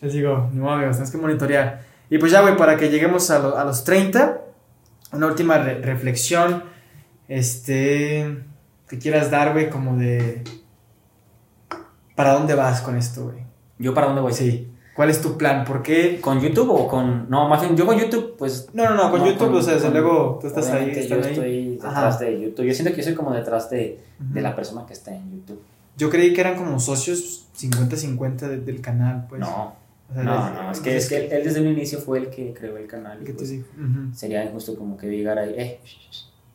Speaker 1: Les digo, no amigos, tenemos que monitorear. Y pues ya, güey, para que lleguemos a, lo- a los 30, una última re- reflexión, este, que quieras dar, güey, como de... ¿Para dónde vas con esto, güey? Pues
Speaker 2: ¿Yo para dónde voy?
Speaker 1: Sí. ¿Cuál es tu plan? ¿Por qué?
Speaker 2: ¿Con YouTube o con.? No, más bien, yo con YouTube, pues.
Speaker 1: No, no, no, con
Speaker 2: no,
Speaker 1: YouTube, o sea, desde
Speaker 2: con-
Speaker 1: luego tú estás ahí,
Speaker 2: obviamente
Speaker 1: están
Speaker 2: Yo
Speaker 1: ahí.
Speaker 2: estoy
Speaker 1: Ajá.
Speaker 2: detrás de YouTube. Yo siento que yo soy como detrás de, de
Speaker 1: Ujú.
Speaker 2: la persona que está en YouTube.
Speaker 1: Yo creí que eran como socios 50-50 de- del canal, pues.
Speaker 2: no,
Speaker 1: O sea,
Speaker 2: no,
Speaker 1: les-
Speaker 2: no. Es que, es que él, él desde un inicio fue el que creó el canal. y
Speaker 1: que tú
Speaker 2: pues,
Speaker 1: sí. Ujú,
Speaker 2: Sería injusto como que diga ahí, eh,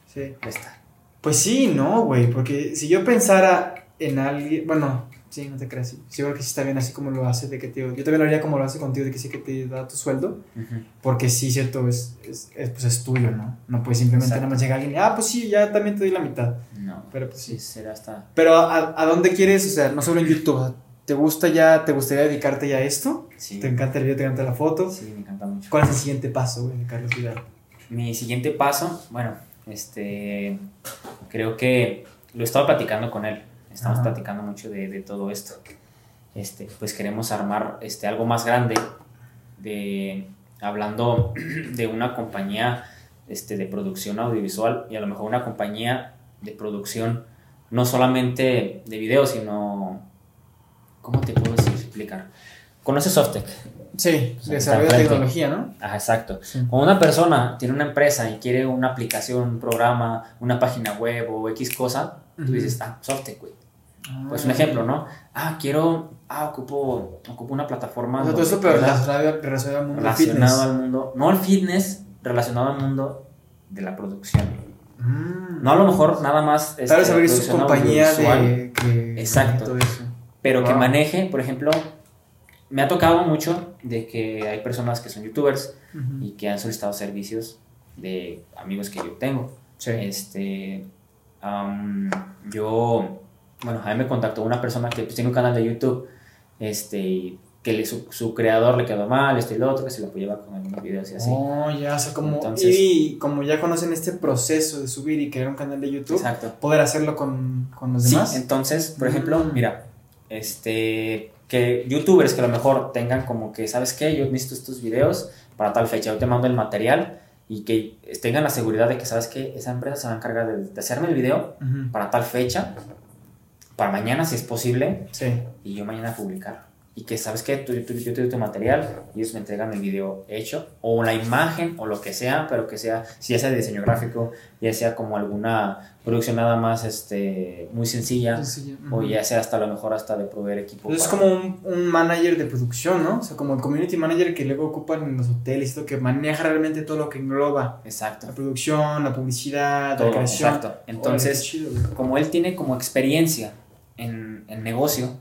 Speaker 1: sí.
Speaker 2: ya está.
Speaker 1: Pues sí, no, güey, porque si yo pensara en alguien, bueno, sí, no te creas, sí, sí, creo que sí está bien así como lo hace, de que te, yo también lo haría como lo hace contigo, de que sí que te da tu sueldo, porque sí, cierto, es, es, es- pues es tuyo, ¿no? No puedes simplemente
Speaker 2: Exacto.
Speaker 1: nada más llegar a alguien, ah, pues sí, ya también te doy la mitad,
Speaker 2: No.
Speaker 1: pero pues sí.
Speaker 2: Sí, será hasta.
Speaker 1: Pero ¿a, a dónde quieres, o sea, no solo en YouTube, o sea, ¿te gusta ya, te gustaría dedicarte ya a esto?
Speaker 2: Sí,
Speaker 1: ¿Te encanta el video, te encanta la foto?
Speaker 2: sí, me encanta mucho.
Speaker 1: ¿Cuál es el siguiente paso, güey, de Carlos Vidal?
Speaker 2: Mi siguiente paso, bueno, este, creo que lo he estado platicando con él, estamos
Speaker 1: Ajá.
Speaker 2: platicando mucho de, de todo esto. Este, pues queremos armar este, algo más grande, de, hablando de una compañía este, de producción audiovisual y a lo mejor una compañía de producción no solamente de video, sino, ¿cómo te puedo decir, explicar? ¿Conoces Softec?
Speaker 1: Sí,
Speaker 2: sea,
Speaker 1: desarrollo de
Speaker 2: está enfrente.
Speaker 1: tecnología, ¿no?
Speaker 2: Ajá, exacto.
Speaker 1: Sí.
Speaker 2: Cuando una persona tiene una empresa y quiere una aplicación, un programa, una página web o X cosa,
Speaker 1: Ujú.
Speaker 2: tú dices, ah, Softec, güey. Pues un ejemplo, ¿no? Ah, quiero, ah, ocupo, ocupo una plataforma
Speaker 1: O sea, todo
Speaker 2: donde
Speaker 1: eso, pero
Speaker 2: pueda-
Speaker 1: relacionado, relacionado al mundo
Speaker 2: relacionado
Speaker 1: fitness.
Speaker 2: al mundo, no al fitness, relacionado al mundo de la producción.
Speaker 1: Mm.
Speaker 2: No a lo mejor nada más... este,
Speaker 1: Claro, saber que es
Speaker 2: producción
Speaker 1: compañía
Speaker 2: audiovisual,
Speaker 1: de... Que,
Speaker 2: Exacto.
Speaker 1: todo eso.
Speaker 2: Pero que
Speaker 1: Wow.
Speaker 2: maneje, por ejemplo, me ha tocado mucho de que hay personas que son youtubers
Speaker 1: Ujú.
Speaker 2: y que han solicitado servicios de amigos que yo tengo.
Speaker 1: Sí.
Speaker 2: Este, am, yo, bueno, a mí me contactó una persona que pues, tiene un canal de YouTube, este, y que le- su, su creador le quedó mal, esto y lo otro, que se lo apoyaba con algunos videos y así.
Speaker 1: Oh, ya, o sea, como...
Speaker 2: Entonces-
Speaker 1: y como ya conocen este proceso de subir y crear un canal de YouTube,
Speaker 2: Exacto.
Speaker 1: poder hacerlo con, con los
Speaker 2: Sí,
Speaker 1: demás.
Speaker 2: entonces, por ejemplo,
Speaker 1: Mm.
Speaker 2: mira, este, que youtubers que a lo mejor tengan como que, ¿sabes qué? Yo necesito estos videos para tal fecha, yo te mando el material y que tengan la seguridad de que, ¿sabes qué? Esa empresa se va a encargar de- de hacerme el video
Speaker 1: Ujú.
Speaker 2: para tal fecha, para mañana si es posible,
Speaker 1: Sí.
Speaker 2: y yo mañana publicar. Y que sabes que tú, tú- yo te doy tu material y ellos me entregan el video hecho o la imagen o lo que sea, pero que sea, si ya sea de diseño gráfico, ya sea como alguna producción nada más este, muy sencilla,
Speaker 1: Sencillo.
Speaker 2: o
Speaker 1: Ujú.
Speaker 2: ya sea hasta a lo mejor hasta de proveer equipo.
Speaker 1: Entonces es
Speaker 2: para-
Speaker 1: como un, un manager de producción, ¿no? O sea, como el community manager que luego ocupan en los hoteles, lo que maneja realmente todo lo que engloba
Speaker 2: Exacto.
Speaker 1: la producción, la publicidad,
Speaker 2: Todo,
Speaker 1: la creación.
Speaker 2: exacto. Entonces, como él tiene como experiencia en, en negocio,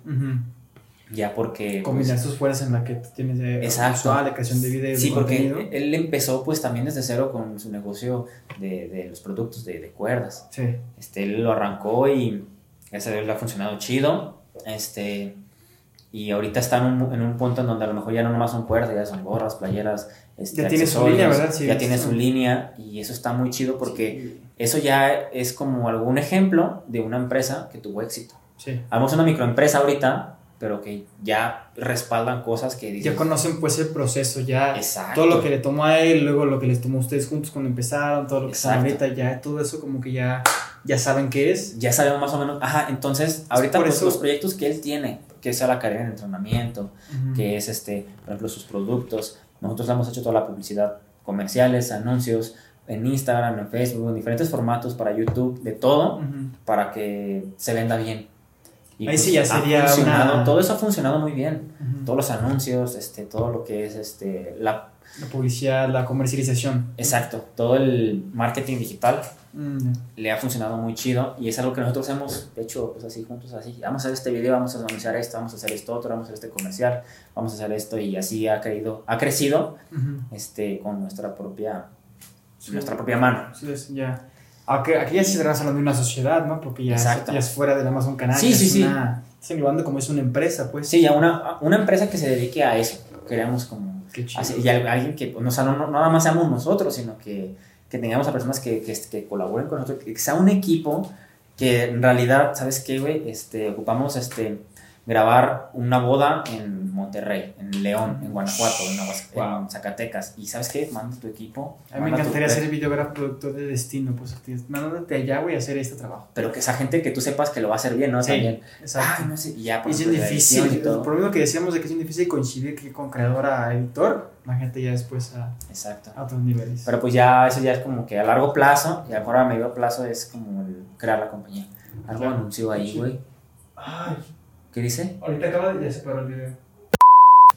Speaker 2: ya porque... pues,
Speaker 1: combinar sus fuerzas en la que tú tienes de
Speaker 2: Exacto.
Speaker 1: audiovisual, de creación de video,
Speaker 2: Sí,
Speaker 1: de
Speaker 2: porque
Speaker 1: contenido.
Speaker 2: él empezó pues también desde cero con su negocio de, de los productos de, de cuerdas.
Speaker 1: Sí.
Speaker 2: Este, él lo arrancó y gracias a Dios le ha funcionado chido. Este, y ahorita está en un, en un punto en donde a lo mejor ya no nomás son cuerdas, ya son gorras, playeras. Este,
Speaker 1: Ya tiene su
Speaker 2: accesorios,
Speaker 1: línea, ¿verdad? Sí,
Speaker 2: ya tiene
Speaker 1: sí.
Speaker 2: su línea y eso está muy chido porque
Speaker 1: Sí.
Speaker 2: eso ya es como algún ejemplo de una empresa que tuvo éxito.
Speaker 1: Sí.
Speaker 2: A lo mejor es una microempresa ahorita, pero que ya respaldan cosas que dicen.
Speaker 1: Ya conocen pues el proceso, ya
Speaker 2: Exacto.
Speaker 1: todo lo que le tomó a él, luego lo que les tomó a ustedes juntos cuando empezaron, todo lo que están
Speaker 2: Exacto.
Speaker 1: ahorita, ya todo eso como que ya, ya saben qué es.
Speaker 2: ya sabemos más o menos. Ajá, entonces, ahorita
Speaker 1: por
Speaker 2: pues,
Speaker 1: eso-
Speaker 2: los proyectos que él tiene, que sea la carrera de entrenamiento, que es este, por ejemplo, sus productos. Nosotros le hemos hecho toda la publicidad, comerciales, anuncios, en Instagram, en Facebook, en diferentes formatos para YouTube, de todo,
Speaker 1: Ujú.
Speaker 2: para que se venda bien. Y, pues,
Speaker 1: Ahí sí ya
Speaker 2: ha
Speaker 1: sería
Speaker 2: funcionado,
Speaker 1: una-
Speaker 2: Todo eso ha funcionado muy bien.
Speaker 1: Ujú.
Speaker 2: Todos los anuncios, este, todo lo que es este, la,
Speaker 1: La publicidad, la comercialización.
Speaker 2: exacto, todo el marketing digital
Speaker 1: Mm,
Speaker 2: le ha funcionado muy chido y es algo que nosotros hemos hecho pues así juntos así vamos a hacer este video vamos a anunciar esto vamos a hacer esto otro vamos a hacer este comercial vamos a hacer esto y así ha creído ha crecido
Speaker 1: ujú.
Speaker 2: este con nuestra propia nuestra propia mano
Speaker 1: Sí, es- ya. Aunque aquí ya sí estamos hablando de una sociedad, ¿no? Porque ya, es-
Speaker 2: Exacto.
Speaker 1: ya es fuera de la más un canal.
Speaker 2: Sí,
Speaker 1: ya
Speaker 2: sí,
Speaker 1: es
Speaker 2: sí.
Speaker 1: una- estás englobando como es una empresa, pues.
Speaker 2: sí ya una, una empresa que se dedique a eso queremos como
Speaker 1: Qué chido.
Speaker 2: así, y al- alguien que pues, no, o sea, no- no nada más seamos nosotros sino que, que tengamos a personas que, que, que colaboren con nosotros que sea un equipo que en realidad sabes qué güey este ocupamos este grabar una boda en Monterrey, en León, en Guanajuato, en, Aguas- en Zacatecas. Y sabes qué, manda tu equipo.
Speaker 1: A mí me
Speaker 2: manda tu
Speaker 1: encantaría
Speaker 2: pre-
Speaker 1: ser videógrafo productor de destino, pues te- mandándote allá, güey, a hacer este trabajo.
Speaker 2: Pero que esa gente que tú sepas que lo va a hacer bien, ¿no?
Speaker 1: Sí.
Speaker 2: También.
Speaker 1: Exacto.
Speaker 2: Ay, no sé. Y ya, por
Speaker 1: es bien
Speaker 2: ejemplo, Ah, pues, la edición
Speaker 1: difícil.
Speaker 2: y todo.
Speaker 1: Por lo mismo que decíamos de que es bien difícil coincidir que con creador a editor, la gente ya después a,
Speaker 2: Exacto.
Speaker 1: a otros niveles.
Speaker 2: Pero pues ya eso ya es como que a largo plazo, y a lo mejor a medio plazo es como el crear la compañía. Algo
Speaker 1: Claro.
Speaker 2: anunció ahí,
Speaker 1: Sí.
Speaker 2: güey.
Speaker 1: Ay,
Speaker 2: ¿Qué dice?
Speaker 1: ahorita acaba de ya se paró el video.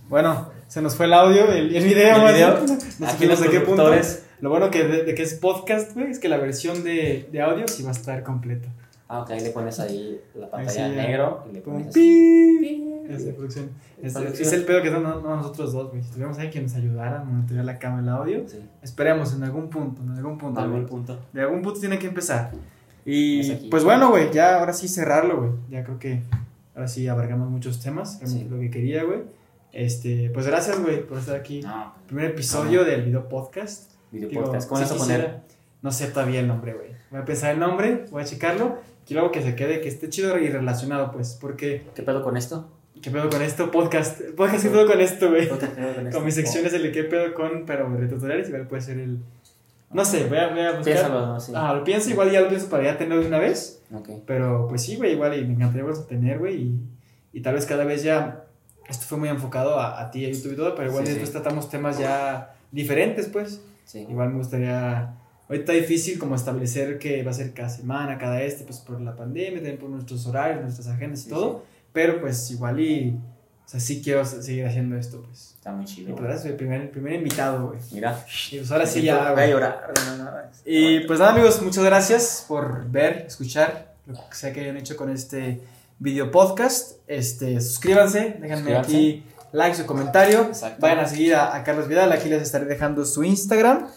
Speaker 1: Bueno, se nos fue el audio, el, el video.
Speaker 2: ¿El
Speaker 1: más
Speaker 2: video?
Speaker 1: bien. No
Speaker 2: Aquí
Speaker 1: supimos
Speaker 2: los
Speaker 1: de qué punto.
Speaker 2: productores.
Speaker 1: Lo bueno que de, de que es podcast, güey, es que la versión de, de audio sí va a estar completa.
Speaker 2: Ah, ok, ahí le pones ahí la
Speaker 1: sí,
Speaker 2: pantalla
Speaker 1: ya.
Speaker 2: en negro y le
Speaker 1: Pum,
Speaker 2: pones así.
Speaker 1: pi. Es de producción. Es,
Speaker 2: Producción.
Speaker 1: es el pedo que están dando a nosotros dos, güey. Si tuviéramos alguien que nos ayudara a monitorear la cámara y el audio,
Speaker 2: Sí,
Speaker 1: esperemos en algún punto, en algún punto.
Speaker 2: algo el
Speaker 1: güey.
Speaker 2: punto.
Speaker 1: De algún punto tiene que empezar.
Speaker 2: Es
Speaker 1: Y
Speaker 2: aquí.
Speaker 1: pues bueno, güey, ya ahora sí cerrarlo, güey. Ya creo que ahora sí abarcamos muchos temas, realmente
Speaker 2: Sí.
Speaker 1: lo que quería, güey. Este, pues gracias, güey, por estar aquí.
Speaker 2: No,
Speaker 1: Primer episodio del video podcast.
Speaker 2: Ah. video
Speaker 1: Digo,
Speaker 2: podcast. ¿Cómo
Speaker 1: si
Speaker 2: le vas a poner?
Speaker 1: quisiera- No sé todavía el nombre, güey. Voy a pensar el nombre, voy a checarlo. Quiero algo que se quede, que esté chido y relacionado, pues. Porque,
Speaker 2: ¿Qué pedo con esto?
Speaker 1: ¿qué pedo con esto? Podcast. Podcast, ¿qué pedo con esto, güey?
Speaker 2: ¿Qué pedo con esto?
Speaker 1: Con mis secciones, el de qué pedo con, pero de tutoriales, igual puede ser el. No sé, voy a, voy a buscar.
Speaker 2: Piénsalo, no, sí.
Speaker 1: Ah, lo pienso, igual ya lo pienso para ya tenerlo de una vez.
Speaker 2: Ok.
Speaker 1: Pero pues sí, güey, igual y me encantaría volverlos a tener, güey. Y, y tal vez cada vez ya. Esto fue muy enfocado a, a ti, a YouTube y todo, pero igual
Speaker 2: Sí, sí.
Speaker 1: después tratamos temas ya diferentes, pues.
Speaker 2: Sí.
Speaker 1: Igual me gustaría. Ahorita está difícil como establecer que va a ser cada semana, cada este, pues por la pandemia, también por nuestros horarios, nuestras agendas y
Speaker 2: Sí,
Speaker 1: todo. Pero pues igual y. O sea, sí quiero se- seguir haciendo esto, pues.
Speaker 2: Está muy
Speaker 1: Y
Speaker 2: chido.
Speaker 1: pues ahora soy el primer, el primer invitado, güey.
Speaker 2: Mira.
Speaker 1: Y pues ahora sí
Speaker 2: Me siento-
Speaker 1: ya.
Speaker 2: Voy a
Speaker 1: güey.
Speaker 2: llorar. No, no, Este, no.
Speaker 1: Y pues nada, amigos, muchas gracias por ver, escuchar lo que sea que hayan hecho con este video podcast. Este, suscríbanse, déjenme
Speaker 3: Suscríbanse.
Speaker 1: aquí like, su comentario.
Speaker 2: Exacto.
Speaker 1: Vayan a seguir a, a Carlos Vidal, aquí les estaré dejando su Instagram.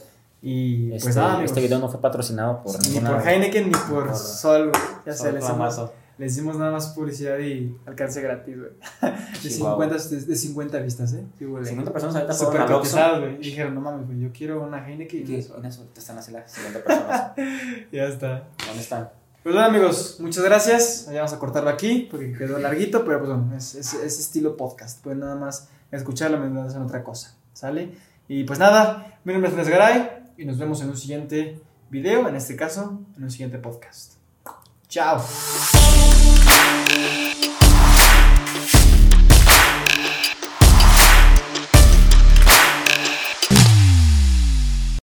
Speaker 1: Y
Speaker 3: Este,
Speaker 1: pues nada, amigos.
Speaker 3: este video no fue patrocinado por
Speaker 1: ni
Speaker 3: ninguna-
Speaker 1: por Heineken ni por
Speaker 3: por-
Speaker 1: Sol, güey. ya
Speaker 2: Soy
Speaker 1: sé, les dimos,
Speaker 2: Clamazo.
Speaker 1: les dimos nada más publicidad y alcance gratis, güey. De,
Speaker 2: Chihuahua.
Speaker 1: 50, de, de 50 vistas, ¿eh? Sí, güey.
Speaker 2: 50 personas ahorita fueron
Speaker 1: Súper
Speaker 2: al Oxxo.
Speaker 1: cotizados, güey. Y Dijeron, no mames, güey, yo quiero una Heineken y
Speaker 2: ¿Qué?
Speaker 1: una Sol.
Speaker 2: Unas ahorita están así las 50 personas.
Speaker 1: Ya está.
Speaker 2: ¿Dónde están?
Speaker 1: Pues bueno amigos, muchas gracias. Ya vamos a cortarlo aquí porque quedó larguito, pero pues bueno, es, es- es estilo podcast. Pueden nada más escucharlo mientras hacen otra cosa. ¿Sale? Y pues nada, mi nombre es Andrés Garay y nos vemos en un siguiente video, en este caso, en un siguiente podcast. Chao.